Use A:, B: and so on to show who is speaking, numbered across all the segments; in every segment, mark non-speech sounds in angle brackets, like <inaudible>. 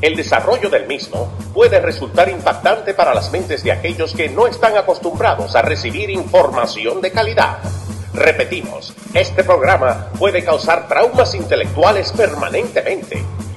A: El desarrollo del mismo puede resultar impactante para las mentes de aquellos que no están acostumbrados a recibir información de calidad. Repetimos, este programa puede causar traumas intelectuales permanentemente.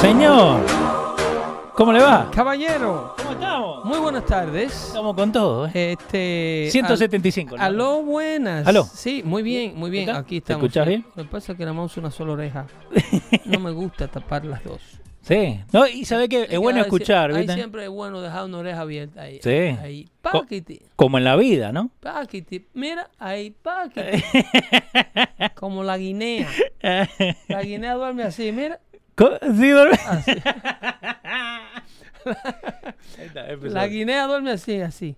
B: Señor, ¿cómo le va?
C: Caballero,
B: ¿Cómo estamos?
C: muy buenas tardes.
B: Estamos con todo, ¿eh?
C: Este.
B: 175.
C: al-
B: ¿no?
C: aló, buenas.
B: Aló.
C: Sí, muy bien, muy bien.
B: ¿Está?
C: Aquí
B: ¿Te
C: estamos.
B: escuchas bien?
C: Lo que pasa es que la mouse una sola oreja. No me gusta tapar las dos.
B: <laughs> Sí, no, y sabe que <laughs> es bueno
C: Ahí sie-
B: escuchar,
C: ahí
B: ¿viste?
C: siempre es bueno dejar una oreja abierta ahí.
B: Sí.
C: Ahí, paquiti,
B: Como en la vida, ¿no?
C: paquiti. Mira, ahí, paquiti. Como la guinea. La guinea duerme así, mira.
B: <laughs> Co- Ah, sí, dormí. <laughs>
C: Así.
B: Ahí está, empezó.
C: La guinea duerme
B: <laughs>
C: así, así.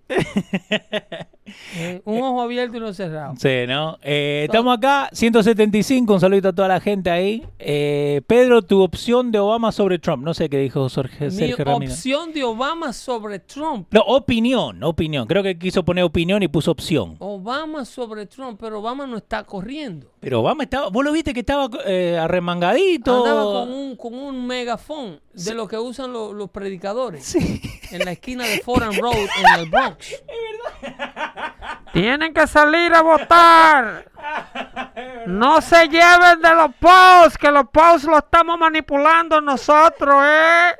C: Eh, un ojo abierto y uno cerrado.
B: Sí, ¿no? Eh, estamos acá, 175, un saludito a toda la gente ahí. Eh, Pedro, tu opción de Obama sobre Trump. No sé qué dijo Jorge-
C: Mi
B: Sergio Ramírez.
C: opción de Obama sobre Trump.
B: No, opinión, opinión. Creo que quiso poner opinión y puso opción.
C: Obama sobre Trump, pero Obama no está corriendo.
B: Pero Obama estaba, vos lo viste que estaba eh, arremangadito.
C: Andaba con un, con un megafón de lo que usan lo- los predicadores en la esquina de Foreign Road en el Bronx. Tienen que salir a votar. No se lleven de los posts, que los posts los estamos manipulando nosotros, ¿eh?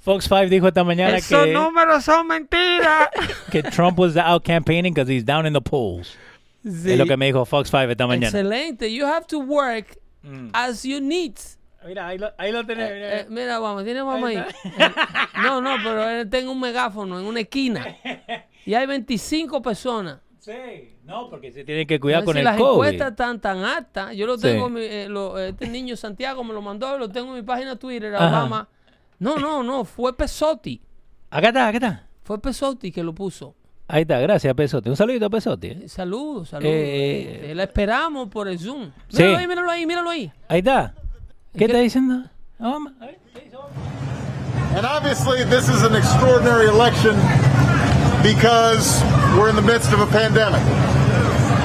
B: Fox 5 dijo esta mañana
C: Esos
B: que,
C: números son mentiras.
B: <laughs> que Trump was out campaigning because he's down in the polls. Es lo que me dijo Fox 5 esta mañana.
C: Excelente. You have to work as you need.
B: Mira, ahí lo, ahí lo tenés. mira.
C: Eh, mira, vamos, tiene vamos ahí. Eh, No, no, pero él tengo un megáfono en una esquina. Y hay 25 personas.
B: Sí, no, porque se tiene que
C: A
B: cuidar
C: ver
B: con
C: si
B: el
C: las
B: COVID.
C: encuestas están tan altas. Yo lo
B: Sí.
C: tengo, en mi- eh, lo- este niño Santiago me lo mandó, lo tengo en mi página Twitter,
B: Ajá.
C: Obama. No, no, no, fue Pesotti.
B: Acá está, acá está.
C: Fue Pesotti que lo puso.
B: Ahí está, gracias Pesote. Un saludito a Pesote. eh.
C: Eh, Saludos, saludos.
B: Eh,
C: Eh, la esperamos por el Zoom.
B: Sí.
C: Míralo ahí, míralo ahí, míralo ahí.
B: Ahí está. ¿Qué
C: ¿Qué-
B: está diciendo? Obama? A ver.
D: And obviously, this is an extraordinary election because we're in the midst of a pandemic.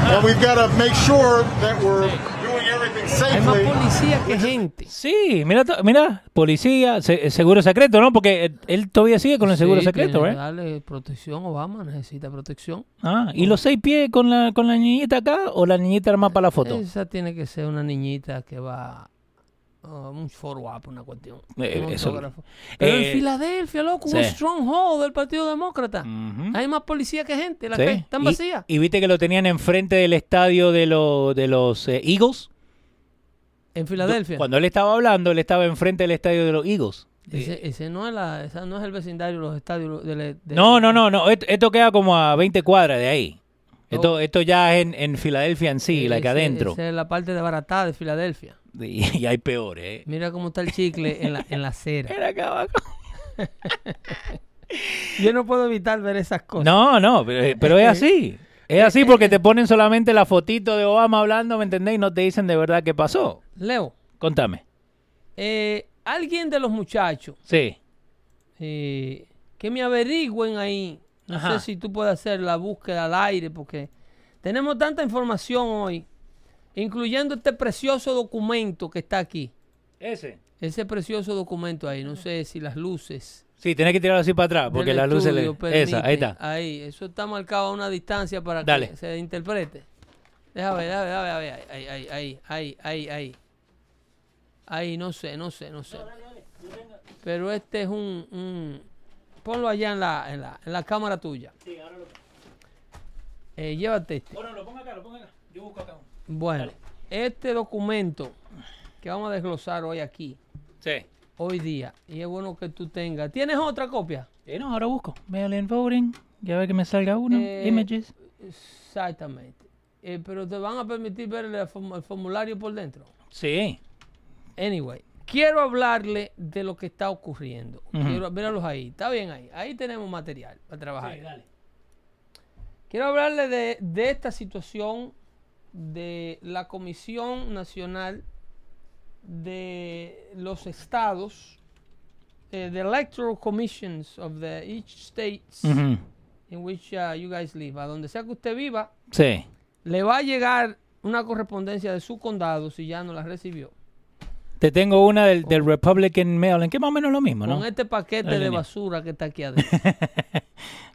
D: And we've got to make sure that we're doing everything
C: Hay más
D: safely.
C: policía que gente.
B: Sí, mira, to- mira, policía, se- eh, seguro secreto, ¿no? Porque eh, él todavía sigue con el seguro
C: Sí,
B: secreto, ¿eh?
C: tiene que
B: ¿verdad?
C: Darle protección, Obama necesita protección.
B: Ah, ¿y los seis pies con la, con la niñita acá o la niñita armada para la foto?
C: Esa tiene que ser una niñita que va a un forward, una cuestión.
B: Eh,
C: un
B: eso-
C: autógrafo. Pero
B: eh,
C: en Filadelfia, loco,
B: sí. Mm.
C: un stronghold del Partido Demócrata. Hay más policía que gente, la
B: Sí.
C: que están
B: Y-
C: vacías.
B: Y, viste que lo tenían enfrente del estadio de, lo- de los eh, Eagles.
C: En Filadelfia.
B: Cuando él estaba hablando, él estaba enfrente del estadio de los Eagles.
C: Ese, ese no es la, esa no es el vecindario, los estadios. De, la- de-
B: No, no, no, no. Esto, esto queda como a 20 cuadras de ahí. Esto, esto ya es en, en Filadelfia en Oh. sí, la que
C: Ese-
B: adentro.
C: Esa es la parte de baratada de Filadelfia.
B: Y, <laughs> y hay peores, ¿eh?
C: Mira cómo está el chicle en la, en la acera.
B: Mira acá abajo.
C: Yo no puedo evitar ver esas cosas.
B: No, no, pero, pero es así. Es <laughs> así porque te ponen solamente la fotito de Obama hablando, ¿me entendés? Y no te dicen de verdad qué pasó.
C: Leo,
B: Contame.
C: eh, alguien de los muchachos
B: Sí.
C: eh, que me averigüen ahí. No
B: Ajá.
C: sé si tú puedes hacer la búsqueda al aire porque tenemos tanta información hoy, incluyendo este precioso documento que está aquí.
B: Ese.
C: Ese precioso documento ahí, no sé si las luces.
B: Sí, tenés que tirarlo así para atrás porque
C: del
B: las luces le...
C: estudio permiten-
B: Esa, ahí está.
C: Ahí, eso está marcado a una distancia para
B: Dale.
C: que se interprete. Déjame, ver, déjame, déjame, ver, ahí, ahí, ahí, ahí, ahí, ahí. Ahí, no sé, no sé, no sé. Pero este es un... un- Ponlo allá en la, en la, en la cámara tuya. Eh, llévate este.
B: Bueno, lo pongo acá, lo pongo acá. Yo busco acá uno.
C: Bueno, este documento que vamos a desglosar hoy aquí,
B: Sí.
C: hoy día, y es bueno que tú tengas. ¿Tienes otra copia?
B: Eh, no, ahora busco. Mail-in voting. Ya ver que me salga uno.
C: Eh,
B: Images.
C: Exactamente. Eh, pero te van a permitir ver el, form- el formulario por dentro.
B: Sí.
C: Anyway, quiero hablarle de lo que está ocurriendo.
B: Ujú.
C: Quiero- míralos ahí. Está bien ahí. Ahí tenemos material para trabajar. Quiero hablarle de, de esta situación de la Comisión Nacional de los Estados, eh, the Electoral Commissions of the each states
B: Ujú.
C: in which uh, you guys live. A donde sea que usted viva,
B: Sí.
C: le va a llegar una correspondencia de su condado si ya no la recibió.
B: Te tengo una del, del Republican Mail-in, que más o menos lo mismo, Ah, ¿no?
C: Con este paquete
B: Dale,
C: de
B: niño.
C: basura que está aquí adentro.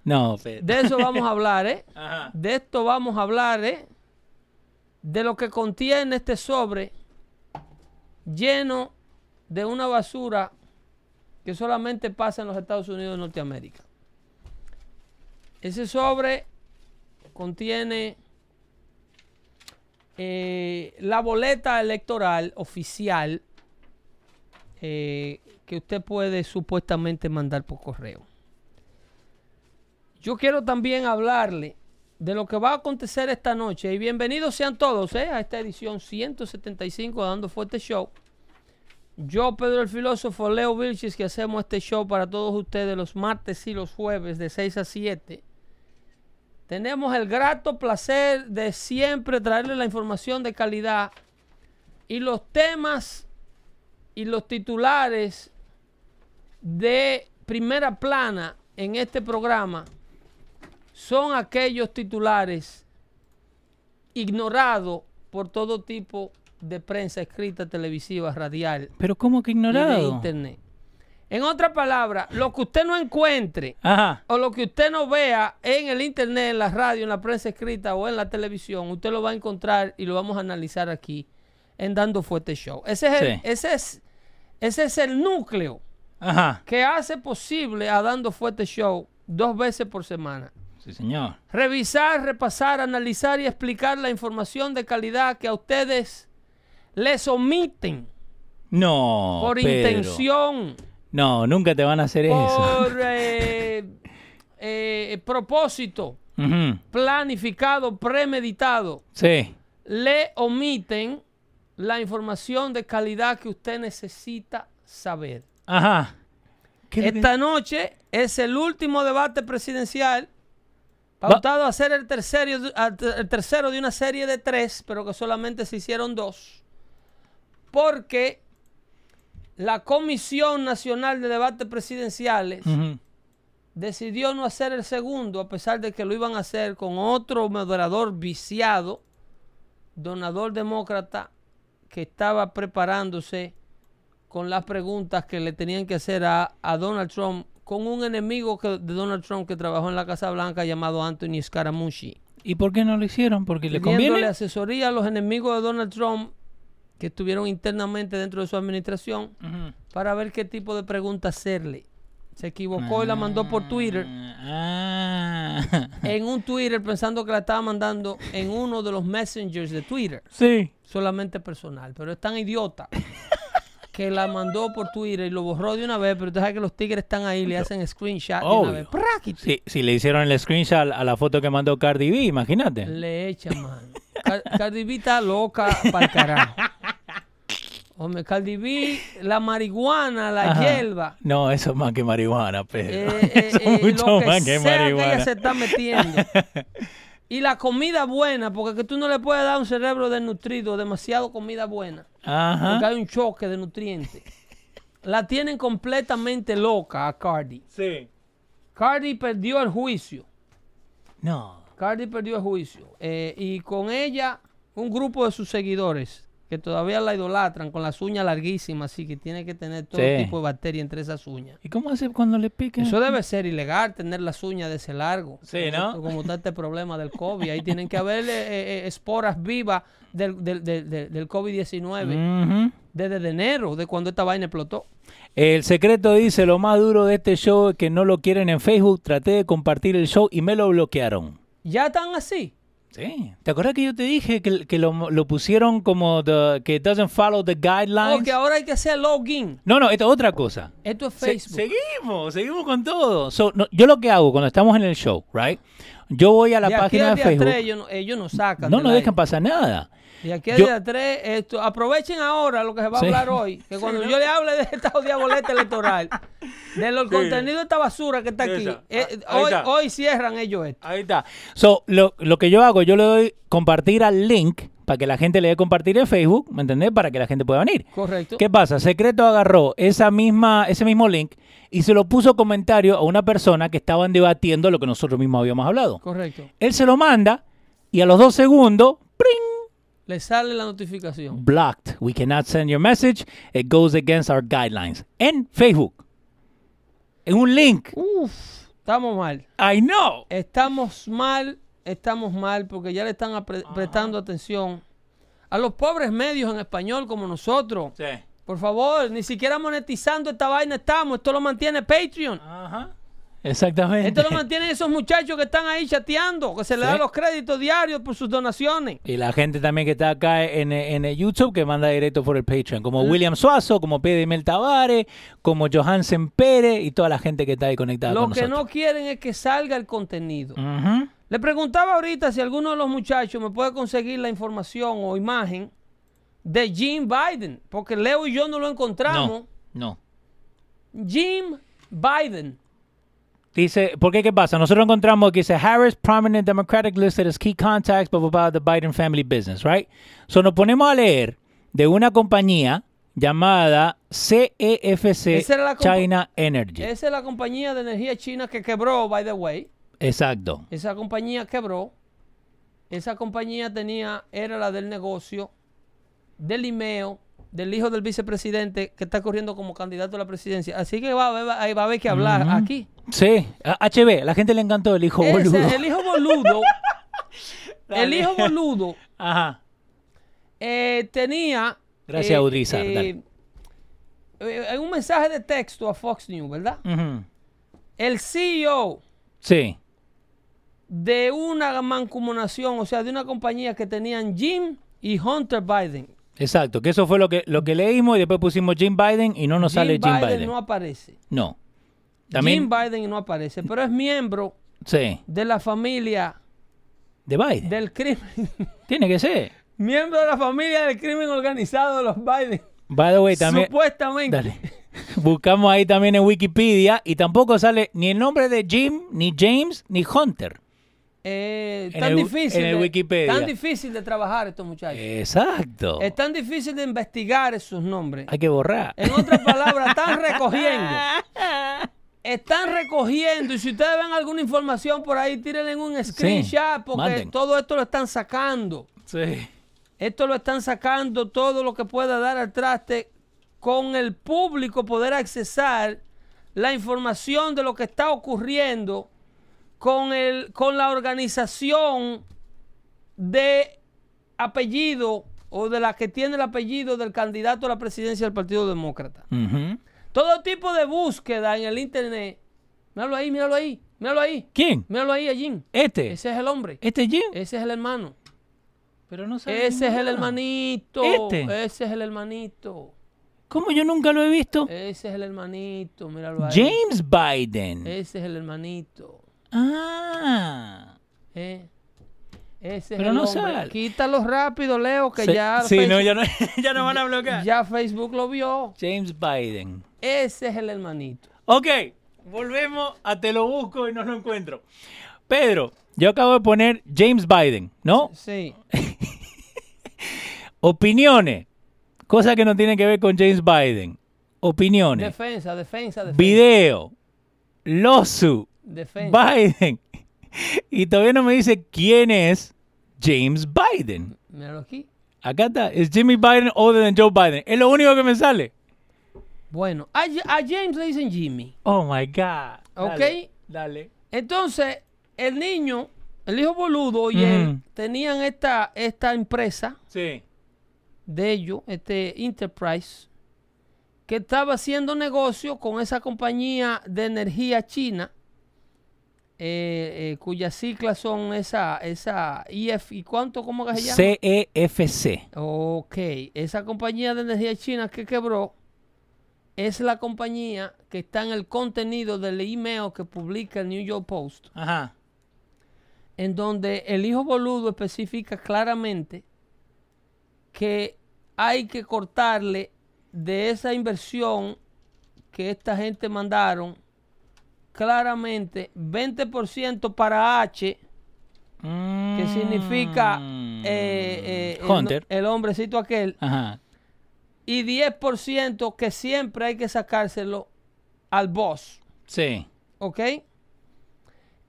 B: No, Fede.
C: De eso vamos a hablar, ¿eh?
B: Ajá.
C: De esto vamos a hablar, ¿eh? De lo que contiene este sobre lleno de una basura que solamente pasa en los Estados Unidos de Norteamérica. Ese sobre contiene eh, la boleta electoral oficial eh, que usted puede supuestamente mandar por correo. Yo quiero también hablarle de lo que va a acontecer esta noche. Y bienvenidos sean todos ¿eh? a esta edición 175 de Dando Fuerte Show. Yo, Pedro el Filósofo, Leo Vilches, que hacemos este show para todos ustedes los martes y los jueves de 6 a 7. Tenemos el grato placer de siempre traerle la información de calidad y los temas y los titulares de primera plana en este programa son aquellos titulares ignorados por todo tipo de prensa escrita, televisiva, radial
B: Pero ¿cómo que
C: y de
B: ignorado?
C: internet. En otras palabras, lo que usted no encuentre
B: Ajá.
C: o lo que usted no vea en el internet, en la radio, en la prensa escrita o en la televisión, usted lo va a encontrar y lo vamos a analizar aquí en Dando Fuerte Show. Ese es, el-
B: Sí.
C: ese es, ese es el núcleo
B: Ajá.
C: que hace posible a Dando Fuerte Show dos veces por semana.
B: Sí, señor.
C: Revisar, repasar, analizar y explicar la información de calidad que a ustedes les omiten
B: No.
C: por
B: Pedro.
C: intención,
B: No, nunca te van a hacer eso. <laughs>
C: por eh, eh, propósito
B: Ujú.
C: planificado, premeditado.
B: Sí.
C: Le omiten la información de calidad que usted necesita saber.
B: Ajá. ¿Qué-
C: Esta noche es el último debate presidencial. Pautado a ser el tercero, de- a- el tercero de una serie de tres, pero que solamente se hicieron dos. Porque la Comisión Nacional de Debates Presidenciales
B: Ujú.
C: decidió no hacer el segundo, a pesar de que lo iban a hacer con otro moderador viciado, donador demócrata, que estaba preparándose con las preguntas que le tenían que hacer a, a Donald Trump, con un enemigo que- de Donald Trump que trabajó en la Casa Blanca llamado Anthony Scaramucci
B: ¿Y por qué no lo hicieron? ¿Porque le
C: pidiéndole
B: conviene?
C: asesoría a los enemigos de Donald Trump que estuvieron internamente dentro de su administración
B: Ujú.
C: para ver qué tipo de pregunta hacerle. Se equivocó y la mandó por Twitter.
B: Ah.
C: En un Twitter pensando que la estaba mandando en uno de los messengers de Twitter,
B: Sí.
C: solamente personal, pero es tan idiota que la mandó por Twitter y lo borró de una vez, pero tú sabes que los tigres están ahí, le hacen screenshot de una vez.
B: Obvio.
C: ¡Práquita!
B: Si, si le hicieron el screenshot a la foto que mandó Cardi B, imagínate.
C: Le echa, mano. Car- Cardi B está loca para carajo. Hombre, Cardi B, la marihuana, la
B: Ajá.
C: hierba.
B: No, eso es más que marihuana,
C: eh,
B: <laughs> Pedro.
C: eh,
B: eso
C: eh,
B: es mucho
C: lo que
B: más que
C: sea que
B: marihuana.
C: ella se está metiendo. Y la comida buena, porque que tú no le puedes dar a un cerebro desnutrido demasiado comida buena. Porque
B: <laughs> Ajá.
C: hay un choque de nutrientes. La tienen completamente loca a Cardi.
B: Sí.
C: Cardi perdió el juicio.
B: No.
C: Cardi perdió el juicio. eh, y con ella, un grupo de sus seguidores que todavía la idolatran con las uñas larguísimas, así que tiene que tener todo
B: Sí.
C: tipo de bacteria entre esas uñas.
B: ¿Y cómo hace cuando le pica?
C: Eso debe ser ilegal tener las uñas de ese largo.
B: Sí,
C: Como-
B: ¿no?
C: Como está este problema del COVID. Ahí tienen que haber eh, eh, esporas vivas del, del- del- del- del COVID-19
B: Mm. Ujú.
C: desde enero, de cuando esta vaina explotó.
B: El secreto dice, lo más duro de este show es que no lo quieren en Facebook, traté de compartir el show y me lo bloquearon.
C: Ya están así.
B: Sí. ¿Te acuerdas que yo te dije que, que lo, lo pusieron como the- que doesn't follow the guidelines?
C: Porque ahora hay que hacer login.
B: No, no, esto es otra cosa.
C: Esto es
B: Se-
C: Facebook.
B: seguimos, seguimos con todo. So, no, yo lo que hago cuando estamos en el show, right? Yo voy a la
C: de aquí
B: página de
C: al día
B: Facebook.
C: 3 ellos no, ellos no sacan.
B: no
C: del
B: nos
C: aire.
B: dejan pasar nada.
C: De aquí al
B: Yo-
C: día 3, esto, aprovechen ahora lo que se va a
B: Sí.
C: hablar hoy. Que cuando yo le hable de esta odia boleta electoral, de los contenido de esta basura que está aquí,
B: Esa.
C: eh,
B: Ah, ahí
C: hoy,
B: está.
C: hoy cierran ellos esto.
B: Ahí está. So, lo, lo que yo hago, yo le doy compartir al link para que la gente le dé compartir en Facebook, ¿me entendés? Para que la gente pueda venir.
C: Correcto.
B: ¿Qué pasa? Secreto agarró esa misma, ese mismo link y se lo puso comentario a una persona que estaban debatiendo lo que nosotros mismos habíamos hablado.
C: Correcto.
B: Él se lo manda y a los dos segundos, ¡pring!
C: Le sale la notificación.
B: Blocked. We cannot send your message. It goes against our guidelines. En Facebook. En un link.
C: Uh. Uf, estamos mal.
B: I know.
C: Estamos mal, estamos mal, porque ya le están apre- prestando atención a los pobres medios en español como nosotros.
B: Sí.
C: Por favor, ni siquiera monetizando esta vaina estamos. Esto lo mantiene Patreon.
B: Ajá. Exactamente.
C: Esto
B: <laughs>
C: lo mantienen esos muchachos que están ahí chateando, que se les
B: Sí.
C: da los créditos diarios por sus donaciones.
B: Y la gente también que está acá en, en el YouTube que manda directo por el Patreon, como
C: Mm.
B: William Suazo, como Pedro Mel Tavares, como Johansen Pérez y toda la gente que está ahí conectada
C: Lo
B: con
C: que no
B: nosotros. Mm.
C: quieren es que salga el contenido.
B: Ujú.
C: Le preguntaba ahorita si alguno de los muchachos me puede conseguir la información o imagen de Jim Biden, porque Leo y yo no lo encontramos.
B: No, no.
C: Jim Biden.
B: Dice, ¿por qué qué pasa? Nosotros encontramos que dice Harris, prominent Democratic listed as key contacts, blah, blah, blah, the Biden family business, right? So nos ponemos a leer de una compañía llamada CEFC
C: Esa era la compa-
B: China Energy.
C: Esa es la compañía de energía china que quebró, by the way.
B: Exacto.
C: Esa compañía quebró. Esa compañía tenía, era la del negocio, del limeo, del hijo del vicepresidente que está corriendo como candidato a la presidencia. Así que va a haber, ahí va a haber que hablar aquí.
B: Sí, a- HB, la gente le encantó el hijo
C: Ese,
B: boludo.
C: el hijo boludo, el
B: <laughs> Dale.
C: hijo boludo
B: Ajá.
C: eh, tenía...
B: Gracias, Urizar, dale.
C: eh, eh, un mensaje de texto a Fox News, ¿verdad?
B: Ujú.
C: El E CEO
B: Sí.
C: de una mancomunación, o sea, de una compañía que tenían Jim y Hunter Biden.
B: Exacto, que eso fue lo que, lo que leímos y después pusimos Jim Biden y no nos sale Jim Biden.
C: no aparece.
B: No. También,
C: Jim Biden no aparece, pero es miembro
B: sí,
C: de la familia
B: de Biden.
C: del crimen. <laughs>
B: Tiene que ser.
C: miembro de la familia del crimen organizado de los Biden.
B: By the way, también...
C: Supuestamente.
B: Dale. <laughs> Buscamos ahí también en Wikipedia y tampoco sale ni el nombre de Jim, ni James, ni Hunter.
C: Eh,
B: En
C: tan
B: el-
C: difícil.
B: en el
C: de-
B: Wikipedia. Eh,
C: Tan difícil de trabajar estos muchachos.
B: Exacto.
C: Es tan difícil de investigar esos nombres.
B: Hay que borrar.
C: En otras palabras, están recogiendo. Están recogiendo. Y si ustedes ven alguna información por ahí, tírenle un screenshot porque
B: manden.
C: todo esto lo están sacando.
B: <laughs> Sí.
C: Esto lo están sacando todo lo que pueda dar al traste con el público poder accesar la información de lo que está ocurriendo con, el, con la organización de apellido o de la que tiene el apellido del candidato a la presidencia del Partido Demócrata.
B: Ujú.
C: Todo tipo de búsqueda en el internet. Míralo ahí, míralo ahí, míralo ahí.
B: ¿Quién?
C: Míralo ahí, Jim.
B: Este.
C: Ese es el hombre.
B: Este Jim.
C: Ese es el hermano.
B: Pero no sale
C: Ese es el
B: ninguna.
C: hermanito.
B: Este.
C: Ese es el hermanito.
B: ¿Cómo yo nunca lo he visto?
C: Ese es el hermanito, míralo ahí.
B: James Biden.
C: Ese es el hermanito.
B: Ah.
C: ¿eh? Ese
B: Pero
C: es el
B: no
C: hombre.
B: sale.
C: Quítalo rápido, Leo, que
B: Se-
C: ya,
B: sí, no,
C: Facebook-
B: ya no, <laughs> ya no van a bloquear.
C: ya Facebook lo vio.
B: James Biden.
C: Ese es el hermanito.
B: Ok, volvemos a te lo busco y no lo encuentro. Pedro, yo acabo de poner James Biden, ¿no?
C: Sí.
B: Opiniones. Cosas que no tienen que ver con James Biden. Opiniones.
C: Defensa, defensa, defensa.
B: Video. Losu.
C: defensa.
B: Biden. <laughs> Y todavía no me dice quién es James Biden.
C: Míralo aquí.
B: Acá está. Es Jimmy Biden other than Joe Biden. Es lo único que me sale.
C: Bueno, a, a James le dicen Jimmy.
B: Oh my God.
C: Ok.
B: Dale. dale.
C: Entonces, el niño, el hijo boludo y él
B: Ujú.
C: tenían esta, esta empresa
B: Sí.
C: de ellos, este Enterprise, que estaba haciendo negocio con esa compañía de energía china, eh, eh, cuyas siglas son esa, esa IF, ¿y cuánto? ¿Cómo que se llama?
B: E CEFC.
C: Ok, esa compañía de energía china que quebró es la compañía que está en el contenido del email que publica el New York Post,
B: Ajá.
C: en donde el hijo boludo especifica claramente que hay que cortarle de esa inversión que esta gente mandaron claramente 20% para H, que significa
B: Mm.
C: eh, eh, el-
B: Hunter.
C: el hombrecito aquel,
B: Ajá.
C: y 10% que siempre hay que sacárselo al boss,
B: Sí.
C: ¿ok?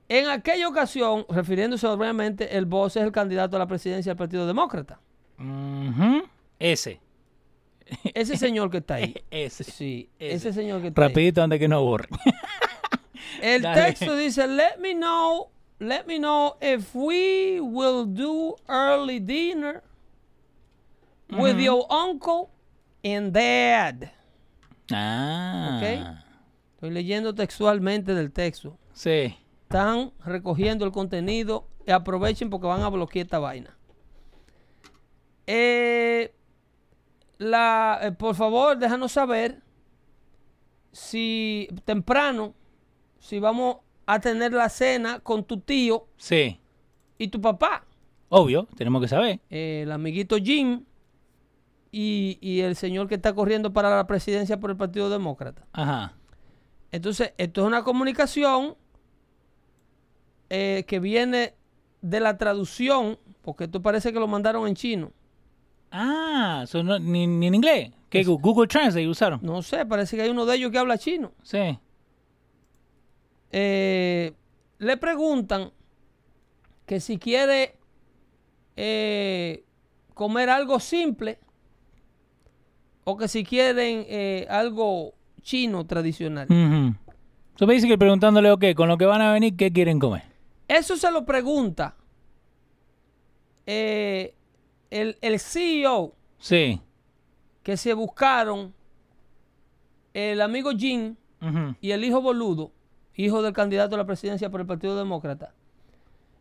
C: En aquella ocasión, refiriéndose obviamente, el boss es el candidato a la presidencia del Partido Demócrata.
B: Ujú. Ese. <laughs>
C: Ese señor que está ahí.
B: Ese.
C: Sí,
B: Ese.
C: ese señor que está ahí.
B: Rapidito antes que no borre.
C: El
B: Dale.
C: texto dice, let me know, let me know if we will do early dinner with your uncle and dad.
B: <laughs> Ah.
C: Estoy leyendo textualmente del texto.
B: Sí.
C: están recogiendo el contenido. y Aprovechen porque van a bloquear esta vaina. Eh, la, eh, por favor, déjanos saber si temprano, si vamos a tener la cena con tu tío
B: Sí.
C: y tu papá,
B: Obvio, tenemos que saber.
C: eh, el amiguito Jim y, y el señor que está corriendo para la presidencia por el Partido Demócrata.
B: Ajá.
C: Entonces, esto es una comunicación eh, que viene de la traducción, porque esto parece que lo mandaron en chino.
B: Ah, so no- ni, ni en inglés. ¿Qué? Gu- Google Translate usaron.
C: No sé, parece que hay uno de ellos que habla chino.
B: Sí.
C: Eh, le preguntan que si quiere eh, comer algo simple o que si quieren eh, algo chino tradicional.
B: Ujú. So basically preguntándole, ok, con lo que van a venir, ¿qué quieren comer?
C: Eso se lo pregunta eh, el, el E CEO
B: Sí.
C: que se buscaron el amigo Jim
B: Ujú.
C: y el hijo Boludo, hijo del candidato a la presidencia por el Partido Demócrata.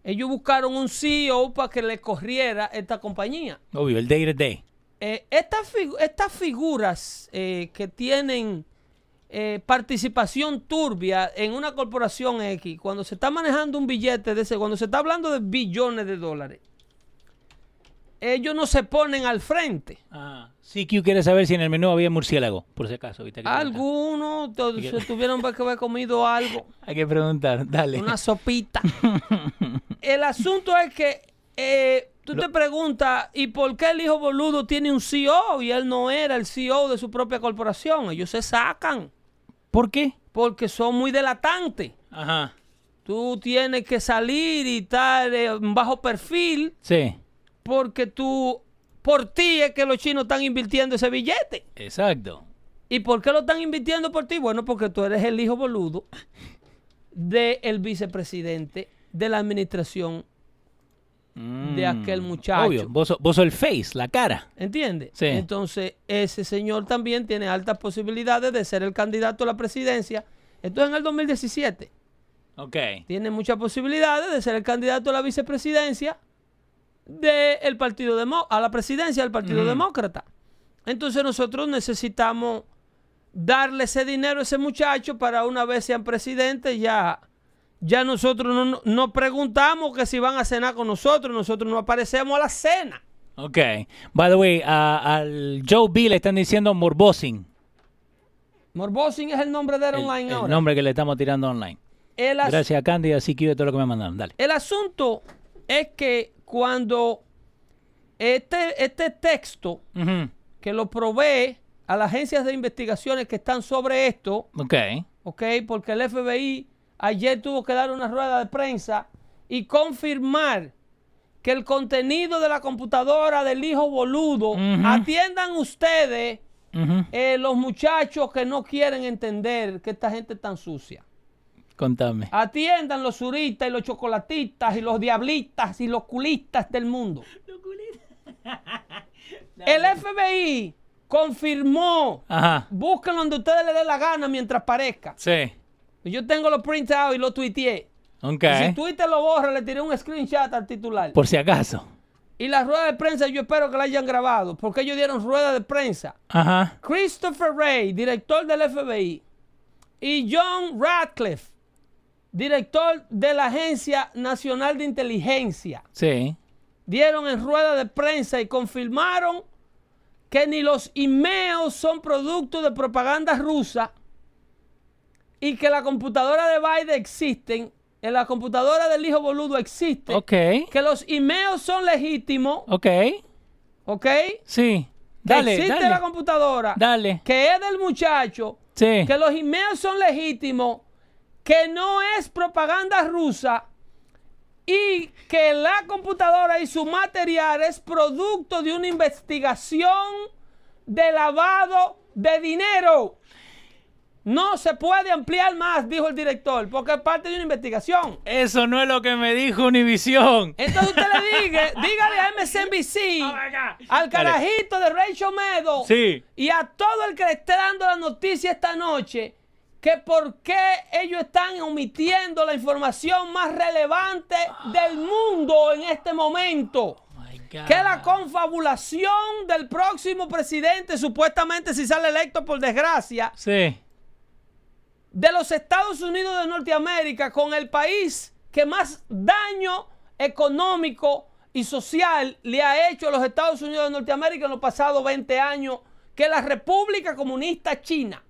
C: Ellos buscaron un CEO para que le corriera esta compañía.
B: Obvio, el day to day.
C: Eh, estas, figu- estas figuras eh, que tienen eh, participación turbia en una corporación X, cuando se está manejando un billete de ese, cuando se está hablando de billones de dólares, ellos no se ponen al frente.
B: Ah, CQ quiere saber si en el menú había murciélago, por si acaso. ¿viste? Hay que preguntar.
C: Algunos to- se tuvieron que haber comido algo,
B: Hay que preguntar, dale.
C: una sopita. El asunto es que eh, tú te preguntas, ¿y por qué el hijo boludo tiene un CEO y él no era el CEO de su propia corporación? Ellos se sacan
B: ¿Por qué?
C: porque son muy delatantes.
B: Ajá.
C: Tú tienes que salir y estar eh, en bajo perfil
B: Sí.
C: porque tú, por ti es que los chinos están invirtiendo ese billete.
B: Exacto.
C: ¿Y por qué lo están invirtiendo por ti? Bueno, porque tú eres el hijo boludo del vicepresidente de la administración de aquel muchacho.
B: Mm, Obvio, vos, sos- vos sos el face, la cara.
C: ¿Entiendes?
B: Sí.
C: Entonces, ese señor también tiene altas posibilidades de ser el candidato a la presidencia. Esto es en el 2017.
B: Ok.
C: Tiene muchas posibilidades de ser el candidato a la vicepresidencia del partido Demo- a la presidencia del Partido Demócrata. Entonces nosotros necesitamos darle ese dinero a ese muchacho para una vez sean presidentes, ya, ya nosotros no, no- no preguntamos que si van a cenar con nosotros, nosotros no aparecemos a la cena.
B: Ok. By the way, a- al Joe B le están diciendo Morbosing.
C: Morbosing es el nombre de él
B: El,
C: online
B: el
C: ahora.
B: nombre que le estamos tirando online.
C: El as-
B: Gracias a Candy, así que yo todo lo que me mandaron. Dale.
C: El asunto es que cuando este, este texto
B: Ujú.
C: que lo provee a las agencias de investigaciones que están sobre esto,
B: Ok.
C: ¿ok? Porque el FBI ayer tuvo que dar una rueda de prensa y confirmar que el contenido de la computadora del hijo boludo,
B: Ujú.
C: atiendan ustedes
B: Ujú.
C: eh, los muchachos que no quieren entender que esta gente es tan sucia.
B: Contame.
C: Atiendan los suristas y los chocolatistas y los diablitas y los culistas del mundo. El FBI confirmó,
B: Ajá.
C: búsquenlo donde ustedes le dé la gana mientras parezca.
B: Sí.
C: Yo tengo los printouts y los tuiteé.
B: Ok.
C: Y Si Twitter lo borra, le tiré un screenshot al titular.
B: Por si acaso.
C: Y la rueda de prensa yo espero que la hayan grabado, porque ellos dieron rueda de prensa.
B: Ajá.
C: Christopher Wray, director del FBI, y John Radcliffe, director de la Agencia Nacional de Inteligencia,
B: Sí.
C: dieron en rueda de prensa y confirmaron que ni los emails son producto de propaganda rusa y que la computadora de Biden existen, en la computadora del hijo boludo existe,
B: Ok.
C: que los emails son legítimos,
B: Ok.
C: ¿ok?
B: Sí.
C: Que
B: Dale,
C: existe
B: dale.
C: la computadora,
B: Dale.
C: que es del muchacho,
B: Sí.
C: que los emails son legítimos, que no es propaganda rusa y que la computadora y su material es producto de una investigación de lavado de dinero. No se puede ampliar más, dijo el director, porque es parte de una investigación.
B: Eso no es lo que me dijo Univision.
C: Entonces usted le diga, dígale a MSNBC, al carajito de Rachel Meadow
B: Sí.
C: y a todo el que le esté dando la noticia esta noche que por qué ellos están omitiendo la información más relevante del mundo en este momento.
B: Oh
C: Que es la confabulación del próximo presidente, supuestamente si sale electo por desgracia,
B: Sí.
C: de los Estados Unidos de Norteamérica con el país que más daño económico y social le ha hecho a los Estados Unidos de Norteamérica en los pasados 20 años que la República Comunista China.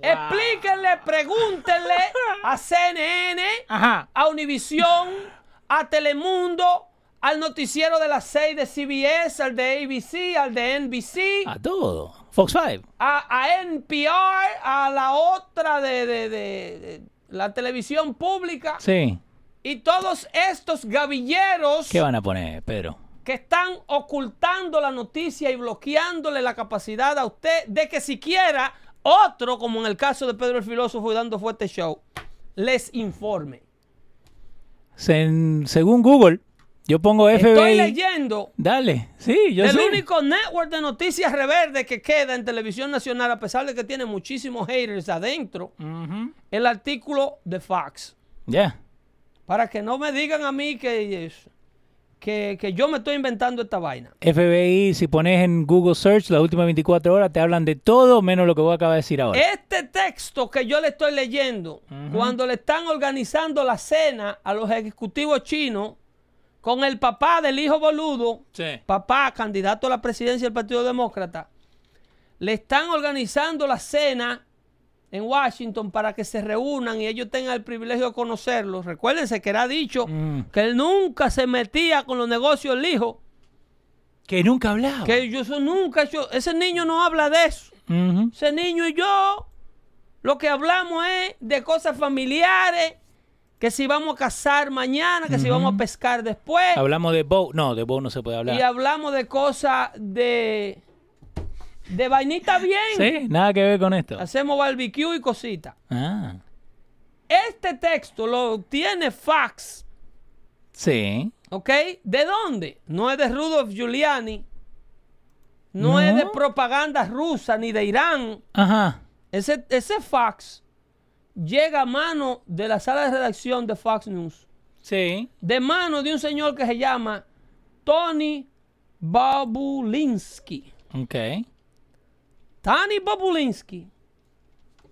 C: Explíquenle, pregúntenle a CNN,
B: Ajá.
C: a Univisión, a Telemundo, al noticiero de las 6 de CBS, al de ABC, al de NBC
B: A todo. Fox 5.
C: a, a NPR, a la otra de, de- de- de la televisión pública
B: Sí.
C: y todos estos gavilleros
B: ¿Qué van a poner, Pedro?
C: que están ocultando la noticia y bloqueándole la capacidad a usted de que siquiera otro, como en el caso de Pedro el Filósofo y Dando Fuerte Show, les informe.
B: Sen- según Google, yo pongo FBI.
C: Estoy leyendo
B: Dale. Sí, yo
C: del
B: sé.
C: único network de noticias reverde que queda en televisión nacional, a pesar de que tiene muchísimos haters adentro,
B: Ujú.
C: el artículo de Fox.
B: Ya.
C: Para que no me digan a mí que, que, que yo me estoy inventando esta vaina.
B: FBI, si pones en Google Search las últimas 24 horas, te hablan de todo menos lo que vos acabas de decir ahora.
C: Este texto que yo le estoy leyendo, cuando le están organizando la cena a los ejecutivos chinos con el papá del hijo boludo,
B: Sí.
C: papá candidato a la presidencia del Partido Demócrata, le están organizando la cena en Washington para que se reúnan y ellos tengan el privilegio de conocerlos. Recuérdense que era dicho
B: Mm.
C: que él nunca se metía con los negocios del hijo.
B: Que nunca hablaba.
C: Que yo eso nunca, yo, ese niño no habla de eso.
B: Ujú.
C: Ese niño y yo, lo que hablamos es de cosas familiares, que si vamos a cazar mañana, que si vamos a pescar después.
B: Hablamos de Bo. No, de Bo no se puede
C: Y
B: hablar.
C: hablamos de cosas de, de vainita bien.
B: Sí, nada que ver con esto.
C: Hacemos barbecue y cositas.
B: Ah.
C: Este texto lo obtiene Fax,
B: Sí.
C: ¿ok? ¿De dónde? No es de Rudolf Giuliani, no,
B: No.
C: es de propaganda rusa ni de Irán.
B: Ajá.
C: Ese, ese fax llega a mano de la sala de redacción de Fox News,
B: Sí.
C: de mano de un señor que se llama Tony Babulinsky.
B: Ok.
C: Tani Babulinsky.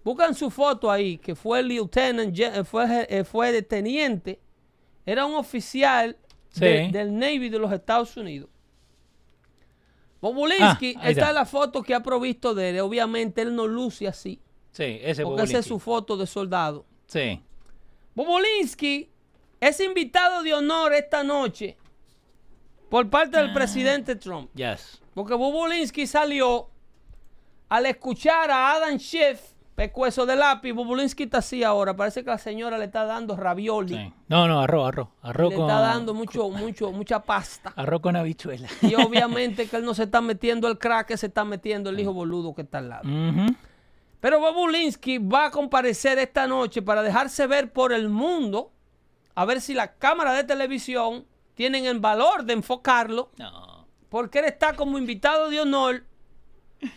C: Buscan su foto ahí, que fue lieutenant, gen- eh, fue, je- eh, fue de teniente. Era un oficial de-
B: Sí.
C: del Navy de los Estados Unidos. Bobulinsky,
B: Ah, ahí
C: esta
B: está.
C: es la foto que ha provisto de él. Obviamente él no luce así,
B: Sí, ese
C: porque esa es
B: Bobulinsky.
C: su foto de soldado.
B: Sí.
C: Bobulinsky es invitado de honor esta noche por parte
B: Ah.
C: del presidente Trump.
B: Yes.
C: Porque Bobulinsky salió al escuchar a Adam Schiff, pescuezo de lápiz. Bobulinsky está así ahora. Parece que la señora le está dando ravioli.
B: Sí. No, no, arroz, arroz. Arroz
C: Le
B: con,
C: está dando mucho, mucho, mucha pasta.
B: arroz con
C: <laughs>
B: habichuela.
C: Y obviamente que él no se está metiendo el crack, que se está metiendo
B: Ah.
C: el hijo boludo que está al lado.
B: Ujú.
C: Pero Bobulinsky va a comparecer esta noche para dejarse ver por el mundo, a ver si la cámara de televisión tienen el valor de enfocarlo,
B: No.
C: porque él está como invitado de honor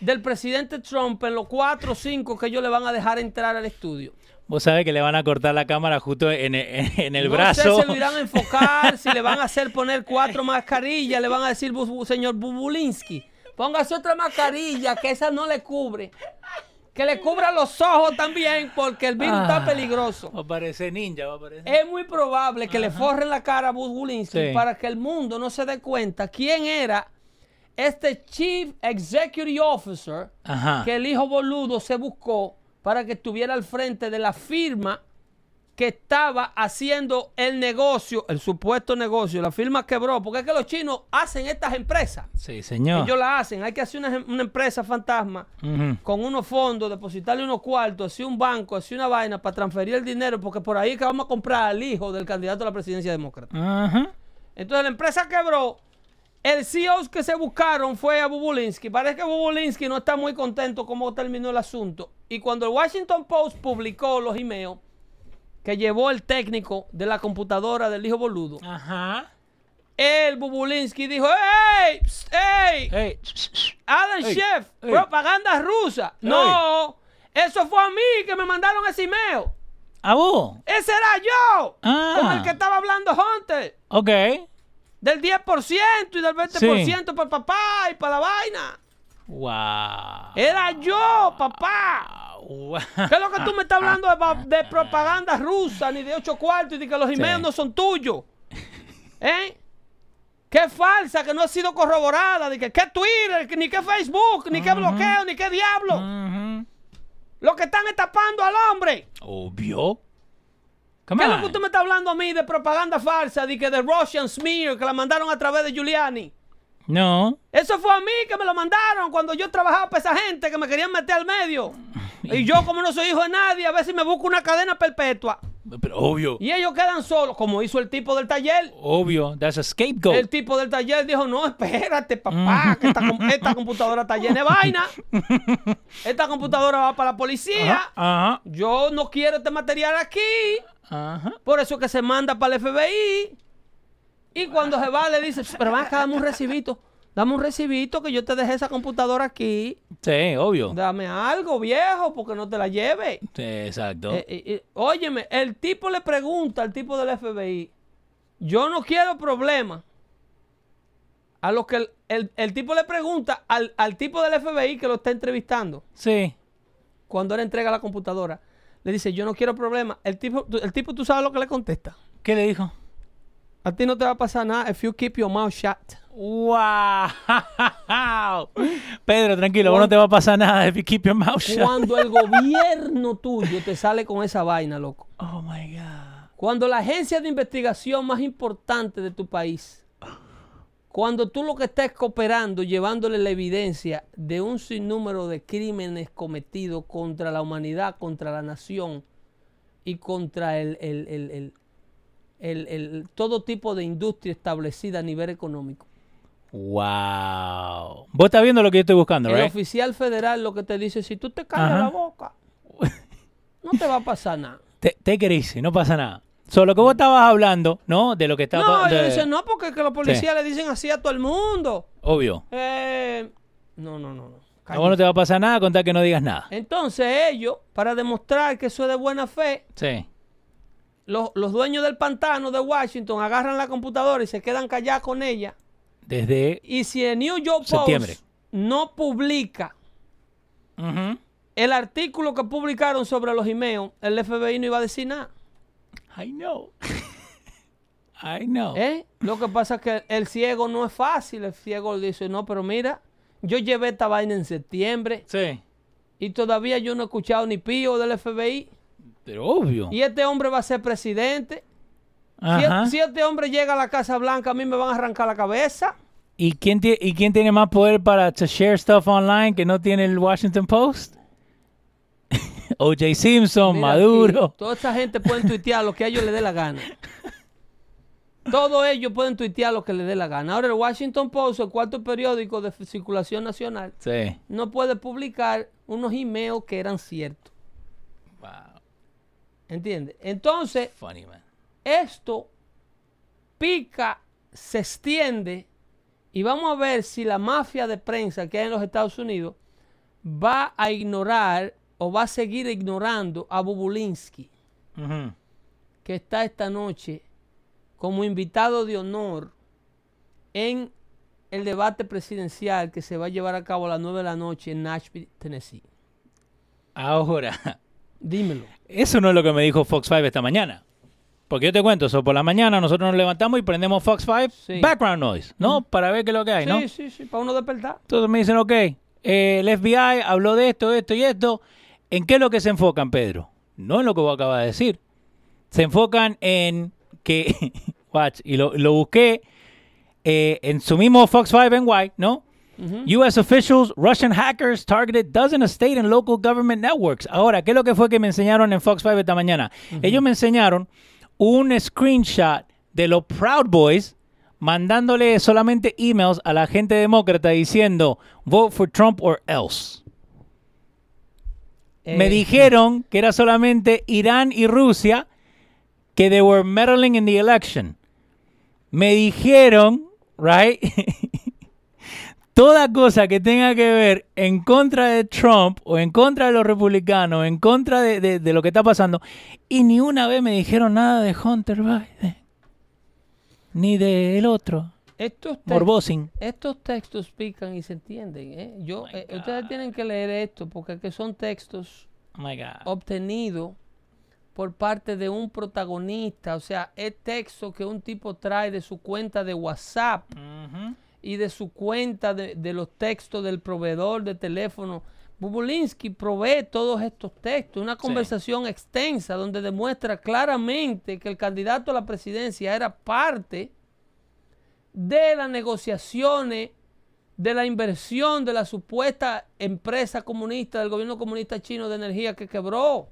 C: del presidente Trump en los cuatro o cinco que ellos le van a dejar entrar al estudio.
B: Vos sabés que le van a cortar la cámara justo en, e- en el
C: no
B: brazo.
C: sé si lo irán a enfocar, si le van a hacer poner cuatro mascarillas, le van a decir, "Bu- bu- señor Bubulinsky, póngase otra mascarilla, que esa no le cubre. Que le cubra los ojos también, porque el virus
B: Ah.
C: está peligroso.
B: Va a parecer ninja, va a parecer.
C: Es muy probable que le forren la cara a Bubulinsky
B: Sí.
C: para que el mundo no se dé cuenta quién era este Chief Executive Officer
B: Ajá.
C: que el hijo boludo se buscó para que estuviera al frente de la firma que estaba haciendo el negocio, el supuesto negocio. La firma quebró, porque es que los chinos hacen estas empresas.
B: Sí, señor.
C: Ellos las hacen. Hay que hacer una, una empresa fantasma
B: Ah. Ujú.
C: con unos fondos, depositarle unos cuartos, así un banco, así una vaina para transferir el dinero, porque por ahí es que vamos a comprar al hijo del candidato a la presidencia demócrata.
B: Ajá.
C: Entonces la empresa quebró. El CEO que se buscaron fue a Bubulinsky. Parece que Bubulinsky no está muy contento cómo terminó el asunto. Y cuando el Washington Post publicó los emails que llevó el técnico de la computadora del hijo boludo,
B: Ajá.
C: el Bubulinsky dijo, ¡Ey! psst, ¡Ey!
B: Ey.
C: Adam
B: Ey,
C: Chef,
B: ey.
C: propaganda rusa. No, eso fue a mí que me mandaron ese email.
B: ¿A vos?
C: Ese era yo,
B: Ah.
C: con el que estaba hablando Hunter.
B: Ok.
C: Del 10% y del 20% para papá y para la vaina.
B: Wow.
C: Era yo, papá. Eh. ¿Qué es lo que tú me estás hablando de, ba- de propaganda rusa, ni de ocho cuartos, y de que los emails no son tuyos? ¿Eh? Que es falsa, que no ha sido corroborada, de que qué Twitter, que ni qué Facebook, ni qué bloqueo, ni qué diablo.
B: Ah. Ujú.
C: Lo que están es tapando al hombre.
B: Obvio.
C: ¿Qué
B: Come
C: es lo
B: on.
C: que usted me está hablando a mí de propaganda falsa, de que de Russian smear, que la mandaron a través de Giuliani?
B: No.
C: Eso fue a mí que me lo mandaron cuando yo trabajaba para esa gente que me querían meter al medio. Y yo, como no soy hijo de nadie, a ver si me busco una cadena perpetua.
B: Pero obvio.
C: Y ellos quedan solos, como hizo el tipo del taller.
B: Obvio. That's a scapegoat.
C: El tipo del taller dijo, no, espérate,
B: Mm.
C: papá, que esta, com- esta computadora está llena
B: <laughs>
C: de vaina. Esta computadora va para la policía.
B: Ajá.
C: Yo no quiero este material aquí.
B: Ajá.
C: Por eso que se manda para el FBI. Y cuando se va, le dice, pero van acá, dame un recibito. Dame un recibito que yo te dejé esa computadora aquí.
B: Sí, obvio.
C: Dame algo, viejo, porque no te la lleve.
B: Sí, Exacto.
C: Eh, eh, eh, óyeme, el tipo le pregunta al tipo del FBI, yo no quiero problemas. A lo que el, el- el tipo le pregunta al, al tipo del FBI que lo está entrevistando,
B: Sí.
C: cuando él entrega la computadora, le dice, yo no quiero problemas. El tipo, el tipo, tú sabes lo que le contesta.
B: ¿Qué le dijo?
C: A ti no te va a pasar nada if you keep your mouth shut.
B: ¡Wow! <laughs> Pedro, tranquilo, vos no te va a pasar nada if you keep your mouth shut.
C: Cuando el gobierno tuyo te sale con esa vaina, loco.
B: Oh my God.
C: Cuando la agencia de investigación más importante de tu país, cuando tú lo que estás cooperando, llevándole la evidencia de un sinnúmero de crímenes cometidos contra la humanidad, contra la nación y contra el, el- el- el- el- el- todo tipo de industria establecida a nivel económico.
B: ¡Wow! Vos estás viendo lo que yo estoy buscando,
C: El
B: ¿verdad?
C: oficial federal lo que te dice, si tú te callas
B: Ajá.
C: la boca, no te va a
B: <laughs>
C: pasar nada.
B: Te, te easy, no pasa nada. Solo que vos estabas hablando, ¿no? De lo que está
C: Mm. No,
B: pa-
C: ellos
B: de-
C: dicen, no, porque es que los policías le dicen así a todo el mundo.
B: Obvio.
C: Eh, no, no, no, no.
B: A vos no te va a pasar nada contar que no digas
C: Eh.
B: nada.
C: Entonces ellos, para demostrar que eso es de buena fe,
B: Sí.
C: los, los dueños del pantano de Washington agarran la computadora y se quedan callados con ella
B: Desde.
C: Y si el New York Post
B: Septiembre.
C: no publica el artículo que publicaron sobre los emails, el FBI no iba a decir nada.
B: I know. <laughs> I know.
C: ¿eh? Lo que pasa es que el ciego no es fácil. El ciego le dice, no, pero mira, yo llevé esta vaina en septiembre
B: Sí.
C: y todavía yo no he escuchado ni pío del FBI.
B: Pero obvio.
C: Y este hombre va a ser presidente. Si,
B: Ajá.
C: si este hombre llega a la Casa Blanca, a mí me van a arrancar la cabeza.
B: ¿Y quién, tie- ¿Y quién tiene más poder para to share stuff online que no tiene el Washington Post? <laughs> O.J. Simpson, Oh,
C: Mira
B: Maduro.
C: aquí, toda esta gente pueden tuitear lo que a ellos les dé la gana. Todos ellos pueden tuitear lo que les dé la gana. Ahora el Washington Post, el cuarto periódico de circulación nacional,
B: Sí.
C: no puede publicar unos emails que eran ciertos.
B: Wow.
C: ¿Entiendes? Entonces,
B: Funny, man.
C: esto pica, se extiende y vamos a ver si la mafia de prensa que hay en los Estados Unidos va a ignorar o va a seguir ignorando a Bobulinsky,
B: Ujú.
C: que está esta noche como invitado de honor en el debate presidencial que se va a llevar a cabo a las 9 de la noche en Nashville, Tennessee.
B: Ahora, <laughs>
C: Dímelo.
B: eso no es lo que me dijo Fox 5 esta mañana. Porque yo te cuento, eso por la mañana nosotros nos levantamos y prendemos Fox 5
C: Sí. Mm.
B: background noise, ¿no? Para ver qué es lo que hay, ¿no?
C: Sí, sí, sí, para uno despertar.
B: Entonces me dicen, ok, eh, el FBI habló de esto, esto y esto. ¿En qué es lo que se enfocan, Pedro? No en lo que vos acabas de decir. Se enfocan en que, <laughs> watch, y lo, lo busqué eh, en su mismo Fox 5 NY, ¿no? U.S. officials, Russian hackers targeted dozens of state and local government networks. Ahora, ¿qué es lo que fue que me enseñaron en Fox 5 esta mañana? Ellos me enseñaron un screenshot de los Proud Boys mandándole solamente emails a la gente demócrata diciendo vote for Trump or else. Me
C: Eh,
B: dijeron que era solamente Irán y Rusia que they were meddling in the election. Me dijeron, right? <laughs> Toda cosa que tenga que ver en contra de Trump o en contra de los republicanos, en contra de, de- de lo que está pasando. Y ni una vez me dijeron nada de Hunter Biden. Ni del otro,
C: Estos textos-
B: Morbosin.
C: Estos textos pican y se entienden. ¿eh? Yo, eh, ustedes tienen que leer esto porque es que son textos
B: Oh my God.
C: obtenidos por parte de un protagonista. O sea, es texto que un tipo trae de su cuenta de WhatsApp y de su cuenta de, de los textos del proveedor de teléfono. Bubulinsky provee todos estos textos, una conversación extensa donde demuestra claramente que el candidato a la presidencia era parte de las negociaciones de la inversión de la supuesta empresa comunista del gobierno comunista chino de energía que quebró,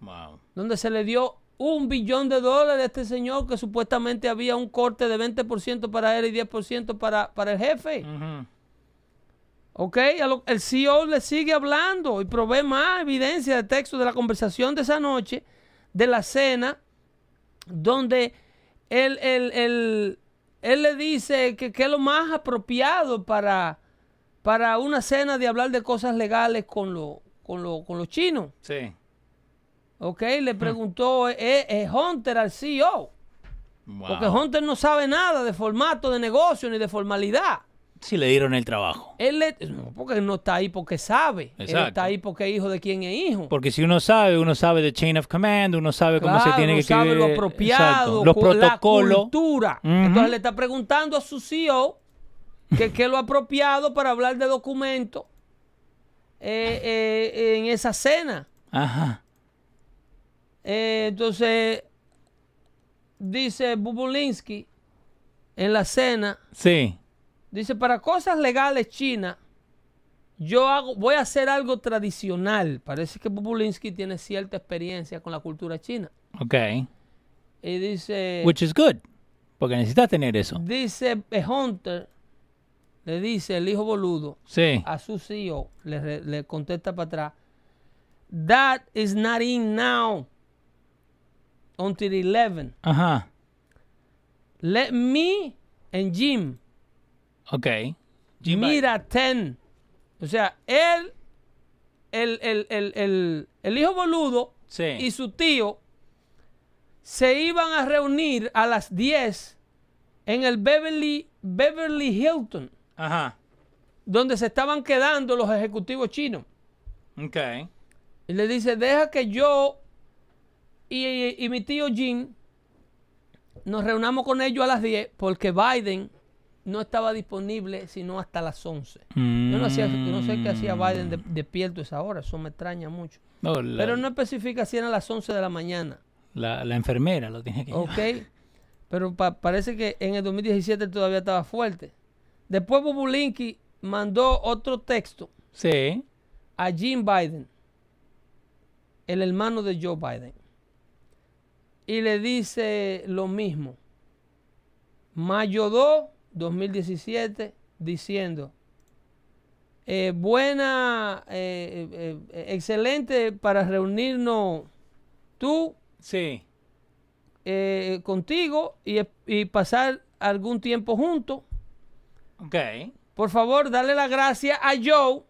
B: Wow.
C: donde se le dio un billón de dólares a este señor que supuestamente había un corte de 20% para él y 10% para, para el jefe. ¿Ok? a lo- el CEO le sigue hablando y provee más evidencia de texto de la conversación de esa noche, de la cena, donde él, él- él- él le dice que, que es lo más apropiado para, para una cena de hablar de cosas legales con, lo, con, lo- con los chinos.
B: Sí.
C: ¿Ok? Le preguntó eh, eh, Hunter al CEO, porque Hunter no sabe nada de formato de negocio ni de formalidad.
B: Sí le dieron el trabajo.
C: Él le- no, porque no está ahí porque sabe. Él
B: Exacto.
C: está ahí porque es hijo de quien es hijo.
B: Porque si uno sabe, uno sabe de chain of command, uno sabe cómo se
C: Claro,
B: tiene
C: no
B: que
C: sabe
B: escribir
C: lo
B: eh,
C: apropiado,
B: exacto, los
C: cu- la
B: protocolos.
C: cultura.
B: Ujú.
C: Entonces le está preguntando a su CEO que qué es lo apropiado para hablar de documentos eh, eh, en esa cena.
B: Ajá.
C: Eh, entonces, dice Bubulinsky en la cena,
B: Sí.
C: Dice, para cosas legales chinas, yo hago, voy a hacer algo tradicional. Parece que Populinsky tiene cierta experiencia con la cultura china.
B: Ok.
C: Y dice,
B: Which is good. Porque necesitas tener eso.
C: dice eh, Hunter, le dice el hijo boludo
B: Sí.
C: a su CEO, le, re- le contesta para atrás, that is not in now until 11.
B: Ajá.
C: Let me and Jim
B: Ok.
C: Mira, ten. O sea, él, el, el- el- el- el hijo boludo
B: Sí.
C: y su tío se iban a reunir a las 10 en el Beverly Beverly Hilton,
B: Ajá.
C: donde se estaban quedando los ejecutivos chinos.
B: Ok.
C: Y le dice, deja que yo y, y mi tío Jim nos reunamos con ellos a las 10 porque Biden no estaba disponible sino hasta las 11. Yo no, hacía- yo no sé qué hacía Biden de- despierto a esa hora, eso me extraña mucho.
B: Mm. Oh,
E: No, la,
C: Pero no especifica si eran las 11 de la mañana,
E: la, la enfermera lo tiene que llevar.
C: ¿ok? Pero pa- parece que en el 2017 todavía estaba fuerte. Después Bobulinki mandó otro texto
E: Sí.
C: a Jim Biden, el hermano de Joe Biden, y le dice lo mismo. Mayo 2, 2017, diciendo, eh, buena, eh, eh, eh, excelente para reunirnos tú
B: Sí.
C: eh, contigo y, y pasar algún tiempo juntos.
B: Ok.
C: Por favor, dale la gracia a Joe.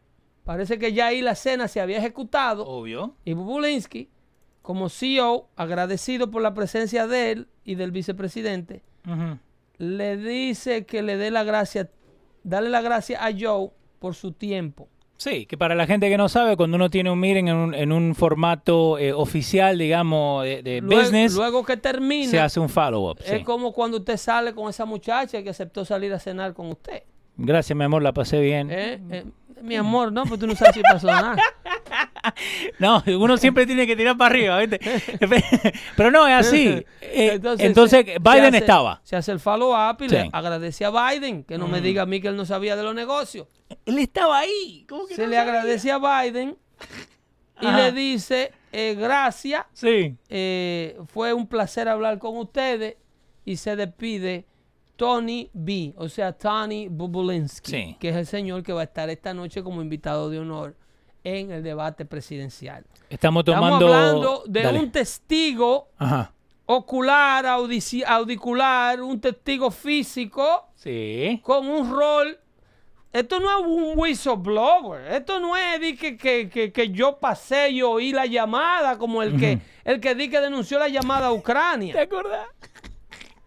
C: Parece que ya ahí la cena se había ejecutado.
B: Obvio.
C: Y Bubulinsky, como CEO, agradecido por la presencia de él y del vicepresidente,
B: Ujú.
C: le dice que le dé la gracia, dale la gracia a Joe por su tiempo.
B: Sí, que para la gente que no sabe, cuando uno tiene un meeting en un, en un formato eh, oficial, digamos, de, de
C: Luego,
B: Eh, business,
C: luego que termina,
B: se hace un follow-up.
C: es
B: sí.
C: como cuando usted sale con esa muchacha que aceptó salir a cenar con usted.
B: Gracias, mi amor, la pasé bien.
C: ¿eh? Eh, mi amor, no, pues tú no sabes si pasó nada.
B: <laughs> No, uno siempre tiene que tirar para arriba, ¿viste? <laughs> Pero no, es
C: <laughs>
B: así. Eh, Entonces,
C: se- se
B: Biden
C: hace-
B: estaba.
C: Se hace el follow-up y
B: Sí. Mm.
C: le agradece a Biden que no me diga a mí que él no sabía de los negocios.
B: Él estaba ahí. ¿Cómo que
C: se
B: no
C: le
B: sabía?
C: agradece a Biden y
B: Ajá.
C: le dice, eh, gracias,
B: Sí.
C: eh, fue un placer hablar con ustedes y se despide Tony B, o sea, Tony Bubulinsky,
B: Sí.
C: que es el señor que va a estar esta noche como invitado de honor en el debate presidencial.
B: Estamos
C: Estamos
B: tomando.
C: hablando de
B: Dale.
C: un testigo
B: Ajá.
C: ocular, audici- audicular, un testigo físico
B: Sí.
C: con un rol. Esto no es un whistleblower. Esto no es di que, que, que, que yo pasé y oí la llamada como el que el que di que denunció la llamada a Ucrania.
B: acuerdas?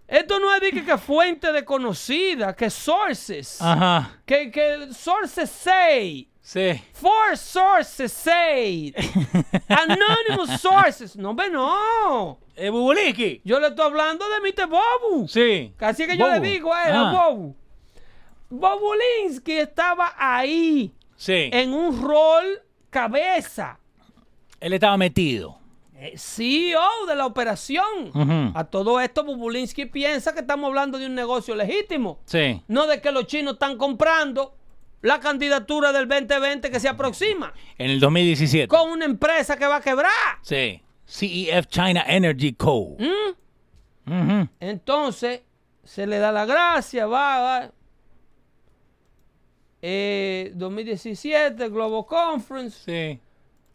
C: Esto no es di que, que fuente desconocida, que sources.
B: Ah. Ajá.
C: Que, que sources say.
B: <laughs> Sí.
C: Four sources say.
B: <laughs>
C: Anonymous sources. No, hombre, no.
B: Eh, Bubuliki.
C: Yo le estoy hablando de Mr. Bobu.
B: Sí.
C: Así que yo
B: Bobo.
C: le digo a él, a
B: Ah,
C: Bobu. Bobulinski estaba ahí
B: Sí.
C: en un rol cabeza,
B: Él estaba metido.
C: eh, CEO de la operación.
B: Ujú.
C: A todo esto, Bobulinski piensa que estamos hablando de un negocio legítimo,
B: Sí.
C: no de que los chinos están comprando la candidatura del 2020 que se aproxima
B: En el 2017.
C: con una empresa que va a quebrar.
B: Sí. CEF China Energy Co.
C: ¿Mm?
B: Ujú.
C: Entonces, se le da la gracia, va, va. Eh, 2017, Global Conference.
B: Sí.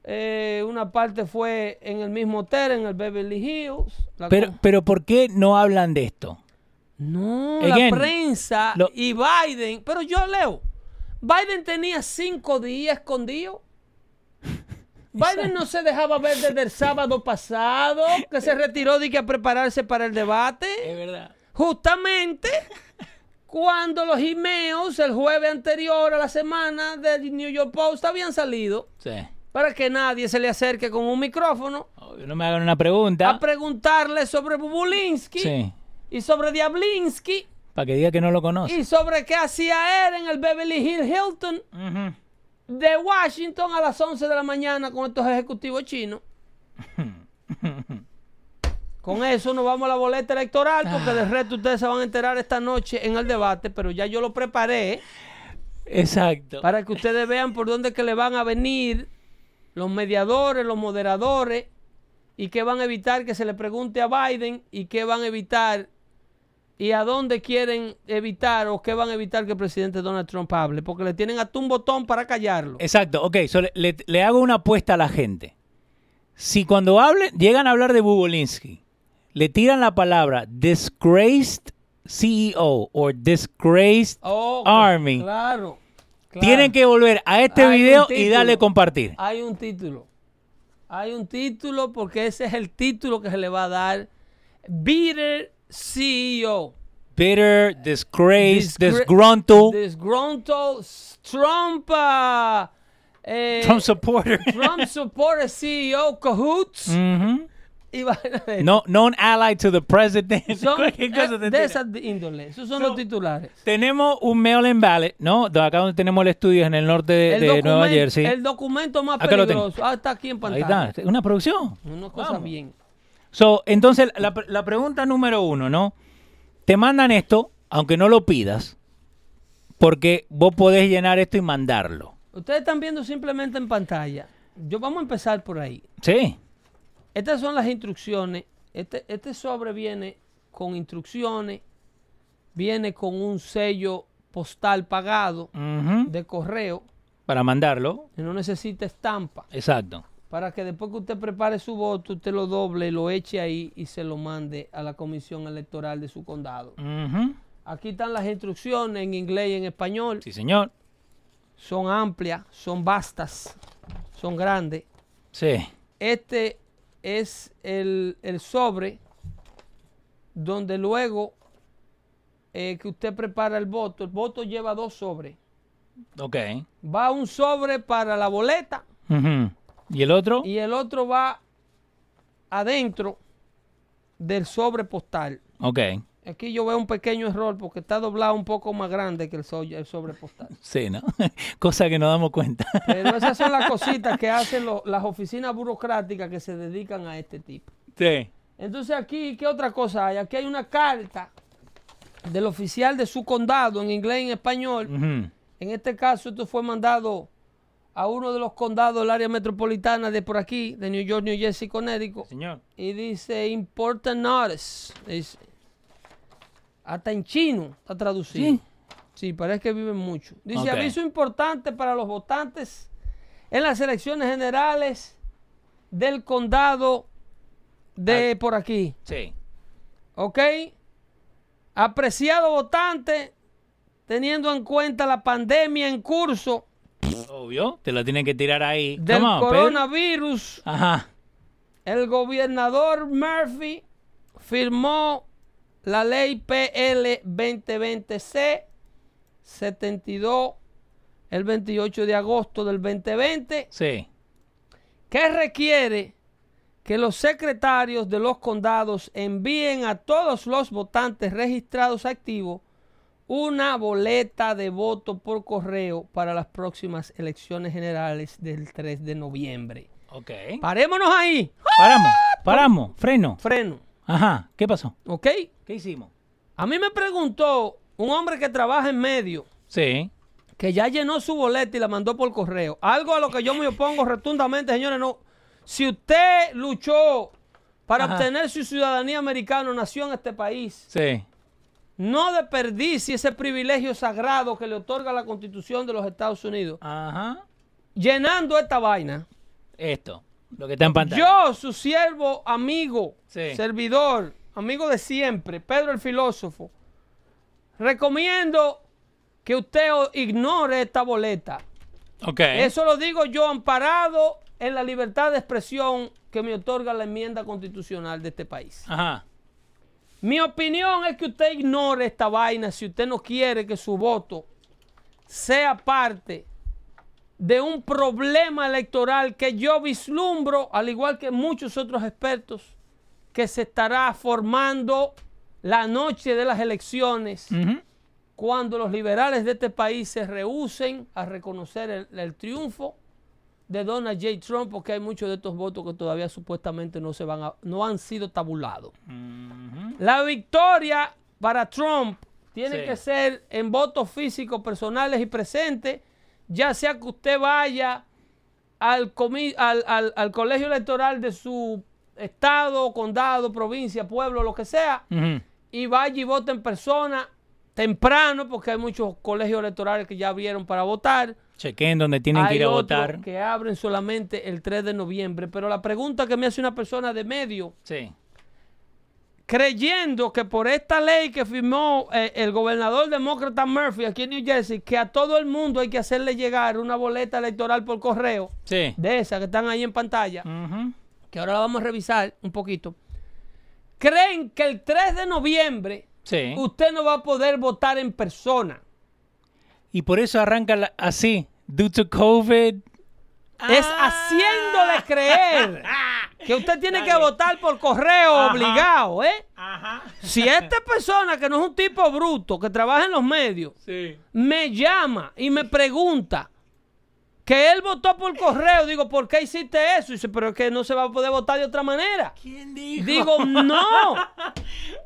C: eh, una parte fue en el mismo hotel, en el Beverly Hills. La
B: Pero,
C: con-
B: pero ¿por qué no hablan de esto?
C: no,
B: Again,
C: la prensa
B: lo-
C: y Biden. Pero yo leo, Biden tenía cinco
B: <laughs>
C: días escondido. Biden no se dejaba ver desde el sábado pasado, que se retiró de que a prepararse para el debate.
B: verdad.
C: Justamente cuando los emails el jueves anterior a la semana del New York Post habían salido
B: Sí.
C: para que nadie se le acerque con un micrófono
B: Obvio, No me hagan una pregunta.
C: a preguntarle sobre Bubulinsky
B: Sí.
C: y sobre Diablinsky
B: Para que diga que no lo conoce.
C: y sobre qué hacía él en el Beverly Hills Hilton
B: Ujú.
C: de Washington a las 11 de la mañana con estos ejecutivos chinos. Con eso nos vamos a la boleta electoral porque del resto ustedes se van a enterar esta noche en el debate, pero ya yo lo preparé
B: Exacto.
C: para que ustedes vean por dónde es que le van a venir los mediadores, los moderadores y qué van a evitar que se le pregunte a Biden y qué van a evitar y a dónde quieren evitar o qué van a evitar que el presidente Donald Trump hable, porque le tienen hasta un botón para callarlo.
B: Exacto. Ok, so le, le- le hago una apuesta a la gente. Si cuando hablen, llegan a hablar de Bubolinsky, le tiran la palabra disgraced CEO o disgraced
C: Oh,
B: Army,
C: Claro. claro.
B: tienen que volver a este
C: Hay un
B: video y
C: título.
B: darle compartir.
C: Hay un título. Hay un título E porque ese es el título que se le va a dar. Bitter CEO.
F: bitter, disgraced,
C: Disgra-
F: disgruntled
C: Disgruntled Trump. ah, eh,
F: Trump supporter. <laughs>
C: Trump supporter CEO E Cahoots. Y <laughs> vaina de-
F: Mm-hmm. no, <laughs> known ally to the president.
C: Eh, <laughs>
F: <laughs>
C: son
F: Cualquier cosa te
C: eh, de
F: tira.
C: esas de índole. Esos son
F: So-
C: los titulares.
F: Tenemos un mail-in ballot, ¿no? De acá donde tenemos el estudio en el norte de,
C: El,
F: de Nueva
C: documen-
F: Jersey.
C: el documento más
F: Acá lo tengo.
C: peligroso. Ah, está aquí en
F: Ahí
C: pantalla.
F: está, una producción.
C: Una cosa
F: Vamos.
C: bien.
F: So, entonces, la, la pregunta número uno, ¿no? Te mandan esto, aunque no lo pidas, porque vos podés llenar esto y mandarlo.
C: Ustedes están viendo simplemente en pantalla. Yo vamos a empezar por ahí.
F: Sí.
C: Estas son las instrucciones. Este, este sobre viene con instrucciones, viene con un sello postal pagado
F: Ujú.
C: de correo,
F: Para mandarlo.
C: que no necesita estampa,
F: Exacto.
C: para que después que usted prepare su voto, usted lo doble, lo eche ahí y se lo mande a la comisión electoral de su condado.
F: Ujú.
C: Aquí están las instrucciones en inglés y en español.
F: Sí, señor.
C: Son amplias, son vastas, son grandes.
F: Sí.
C: Este es el, el sobre donde luego eh, que usted prepara el voto, el voto lleva dos sobres.
F: Ok.
C: Va un sobre para la boleta
F: Ujú. ¿Y el otro?
C: y el otro va adentro del sobre postal.
F: Ok.
C: Aquí yo veo un pequeño error porque está doblado un poco más grande que el, so- el sobre postal.
F: Sí, ¿no? <laughs> Cosa que no damos cuenta. <laughs>
C: Pero esas son las cositas que hacen lo- las oficinas burocráticas que se dedican a este tipo.
F: sí.
C: Entonces aquí, ¿qué otra cosa hay? Aquí hay una carta del oficial de su condado en inglés y en español.
F: Ujú.
C: En este caso, esto fue mandado a uno de los condados del área metropolitana de por aquí, de New York, New Jersey, Connecticut.
F: Señor.
C: Y dice, important notice. Dice, hasta en chino está traducido.
F: Sí.
C: Sí, parece que viven mucho. Dice,
F: Ok.
C: aviso importante para los votantes en las elecciones generales del condado de por aquí.
F: Sí.
C: ¿Ok? Apreciado votante, teniendo en cuenta la pandemia en curso
F: Obvio. Te lo tienen que tirar ahí.
C: del
F: Come on, Pedro.
C: coronavirus,
F: Ajá.
C: el gobernador Murphy firmó la ley PL 2020C 72 el 28 de agosto del 2020
F: Sí.
C: que requiere que los secretarios de los condados envíen a todos los votantes registrados activos una boleta de voto por correo para las próximas elecciones generales del 3 de noviembre.
F: Ok.
C: Parémonos ahí.
F: Paramos. Paramos. Freno.
C: Freno,
F: Ajá. ¿Qué pasó?
C: ¿ok?
F: ¿Qué hicimos?
C: A mí me preguntó un hombre que trabaja en medio,
F: Sí.
C: que ya llenó su boleta y la mandó por correo. Algo a lo que yo me opongo rotundamente, señores, no. Si usted luchó para
F: Ajá.
C: obtener su ciudadanía americana, nació en este país,
F: Sí.
C: no desperdicie ese privilegio sagrado que le otorga la Constitución de los Estados Unidos.
F: Ajá.
C: Llenando esta vaina,
F: Esto. Lo que está en pantalla.
C: yo, su siervo, amigo,
F: Sí.
C: servidor, amigo de siempre, Pedro el filósofo, recomiendo que usted o- ignore esta boleta.
F: Ok.
C: Eso lo digo yo amparado en la libertad de expresión que me otorga la enmienda constitucional de este país.
F: Ajá.
C: Mi opinión es que usted ignore esta vaina si usted no quiere que su voto sea parte de un problema electoral que yo vislumbro, al igual que muchos otros expertos, que se estará formando la noche de las elecciones
F: Ujú.
C: cuando los liberales de este país se rehúsen a reconocer el, el triunfo de Donald J. Trump, porque hay muchos de estos votos que todavía supuestamente no, se van a- no han sido tabulados. La victoria para Trump tiene
F: Sí.
C: que ser en votos físicos, personales y presentes, ya sea que usted vaya al, comi- al- al- al colegio electoral de su estado, condado, provincia, pueblo, lo que sea,
F: Ujú.
C: y vaya y vote en persona temprano, porque hay muchos colegios electorales que ya abrieron para votar.
F: Chequen donde tienen que
C: Hay
F: ir a
C: otros
F: votar.
C: que abren solamente el 3 de noviembre. Pero la pregunta que me hace una persona de medio,
F: Sí.
C: creyendo que por esta ley que firmó eh, el gobernador demócrata Murphy aquí en New Jersey, que a todo el mundo hay que hacerle llegar una boleta electoral por correo,
F: Sí.
C: de esas que están ahí en pantalla,
F: Ujú.
C: que ahora la vamos a revisar un poquito, creen que el 3 de noviembre
F: ¿Eh?
B: Sí.
C: Usted no va a poder votar en persona.
B: Y por eso arranca la- así. Due to COVID.
C: Es
B: Ah.
C: haciéndole
B: <laughs>
C: creer que usted tiene que votar por correo obligado, ¿eh? Si esta persona, que no es un tipo bruto, que trabaja en los medios,
B: Sí.
C: me llama y me pregunta que él votó por correo, digo, ¿por qué hiciste eso? Y dice, pero es que no se va a poder votar de otra manera.
B: ¿Quién dijo? Ah.
C: Digo,
B: <laughs>
C: no.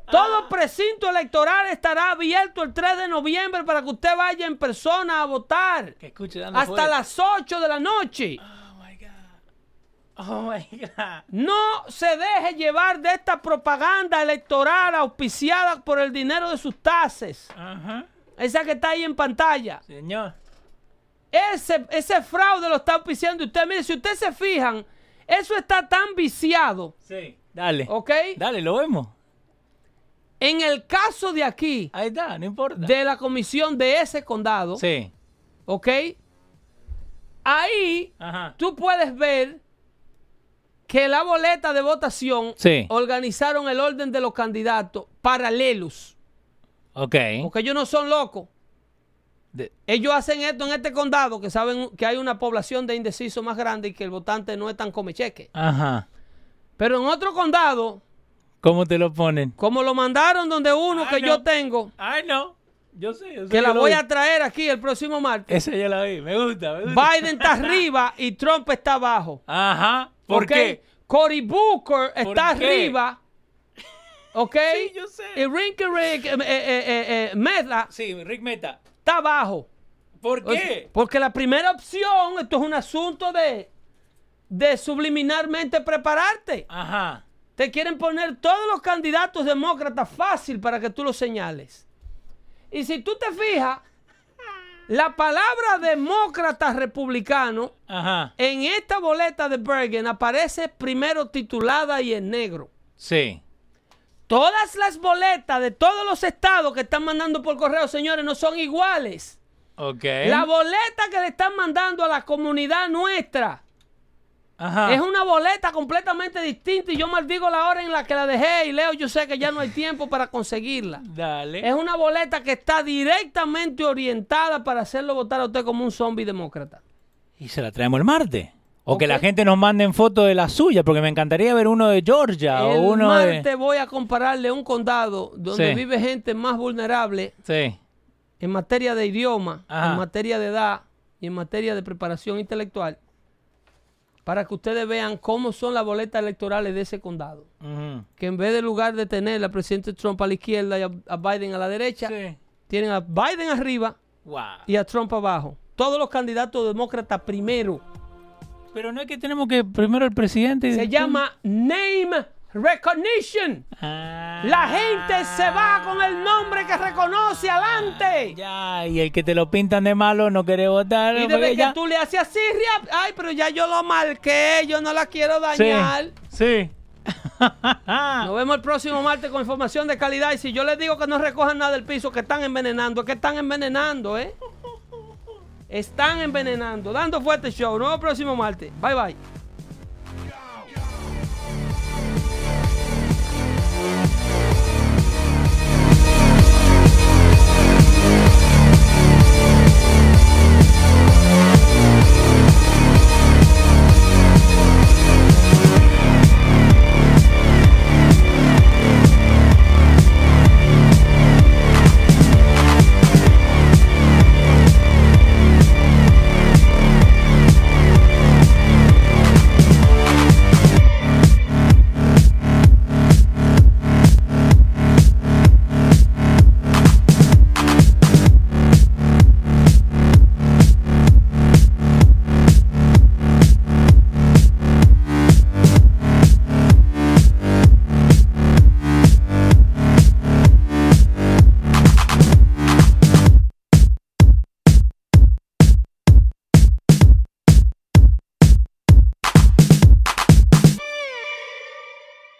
C: Todo precinto electoral estará abierto el 3 de noviembre para que usted vaya en persona a votar.
B: Que escuche dando
C: Hasta
B: fuerte.
C: las 8 de la noche.
B: Oh my God.
C: No se deje llevar de esta propaganda electoral auspiciada por el dinero de sus tases.
B: Ajá.
C: Esa que está ahí en pantalla.
B: Señor.
C: Ese, ese fraude lo está auspiciando usted. Mire, si ustedes se fijan, eso está tan viciado,
B: Sí. Dale.
C: ¿ok?
B: Dale, lo vemos.
C: En el caso de aquí,
B: Ahí está, no importa.
C: de la comisión de ese condado,
B: Sí.
C: ¿ok? Ahí
B: Ajá.
C: tú puedes ver que la boleta de votación
B: Sí.
C: organizaron el orden de los candidatos paralelos.
B: Ok.
C: Porque ellos no son locos.
B: De-
C: Ellos hacen esto en este condado que saben que hay una población de indecisos más grande y que el votante no es tan comecheque.
B: Ajá.
C: Pero en otro condado,
B: ¿Cómo te lo ponen?
C: como lo mandaron donde uno
B: Ah,
C: que
B: no.
C: yo tengo,
B: Ay, no. Yo sé. yo sé,
C: que
B: yo
C: la
B: lo
C: voy
B: vi.
C: a traer aquí el próximo
B: <laughs>
C: martes,
B: Esa yo la vi. Me gusta, me gusta.
C: Biden está arriba y Trump está abajo.
B: Ajá. ¿Por
C: ¿Ok?
B: qué?
C: Cory Booker está
B: qué? <laughs>
C: arriba. ¿Ok?
B: Sí, yo sé.
C: Y Rinky Rink, eh, eh, eh, eh, Mela
B: Sí, Rick Meta.
C: está abajo.
B: ¿Por
C: O sea,
B: qué?
C: Porque la primera opción, esto es un asunto de, de subliminarmente prepararte.
B: Ajá.
C: Te quieren poner todos los candidatos demócratas fácil para que tú los señales. Y si tú te fijas, la palabra demócrata republicano
B: Ajá.
C: en esta boleta de Bergen aparece primero titulada y en negro.
B: Sí.
C: Todas las boletas de todos los estados que están mandando por correo, señores, no son iguales.
B: Ok.
C: La boleta que le están mandando a la comunidad nuestra
B: Ajá.
C: es una boleta completamente distinta y yo maldigo la hora en la que la dejé y Leo, yo sé que ya no hay tiempo para conseguirla.
B: Dale.
C: Es una boleta que está directamente orientada para hacerlo votar a usted como un zombie demócrata.
B: Y se la traemos el martes. O que
C: Ok.
B: la gente nos mande en foto de la suya, porque me encantaría ver uno de Georgia
C: El
B: o uno
C: martes
B: de...
C: voy a compararle un condado donde
B: Sí.
C: vive gente más vulnerable
B: Sí.
C: en materia de idioma,
B: Ajá.
C: en materia de edad y en materia de preparación intelectual para que ustedes vean cómo son las boletas electorales de ese condado.
B: Ujú.
C: que en vez de lugar de tener al presidente Trump a la izquierda y a, a Biden a la derecha,
B: Sí.
C: tienen a Biden arriba
B: Wow.
C: y a Trump abajo. Todos los candidatos demócratas primero.
B: Pero no es que tenemos que primero el presidente. y
C: Se
B: después-
C: llama name recognition.
B: Ah,
C: La gente se va con el nombre que reconoce adelante.
B: Ya, y el que te lo pintan de malo no quiere votar.
C: Y
B: porque
C: desde que
B: ya-
C: tú le haces así, riap- ay, pero ya yo lo marqué, yo no la quiero
B: Sí.
C: dañar.
B: Sí. <laughs>
C: Nos vemos el próximo martes con información de calidad. Y si yo les digo que no recojan nada del piso, que están envenenando, es que están envenenando, ¿eh? Están envenenando. Dando fuerte show. Nos vemos el próximo martes. Bye bye.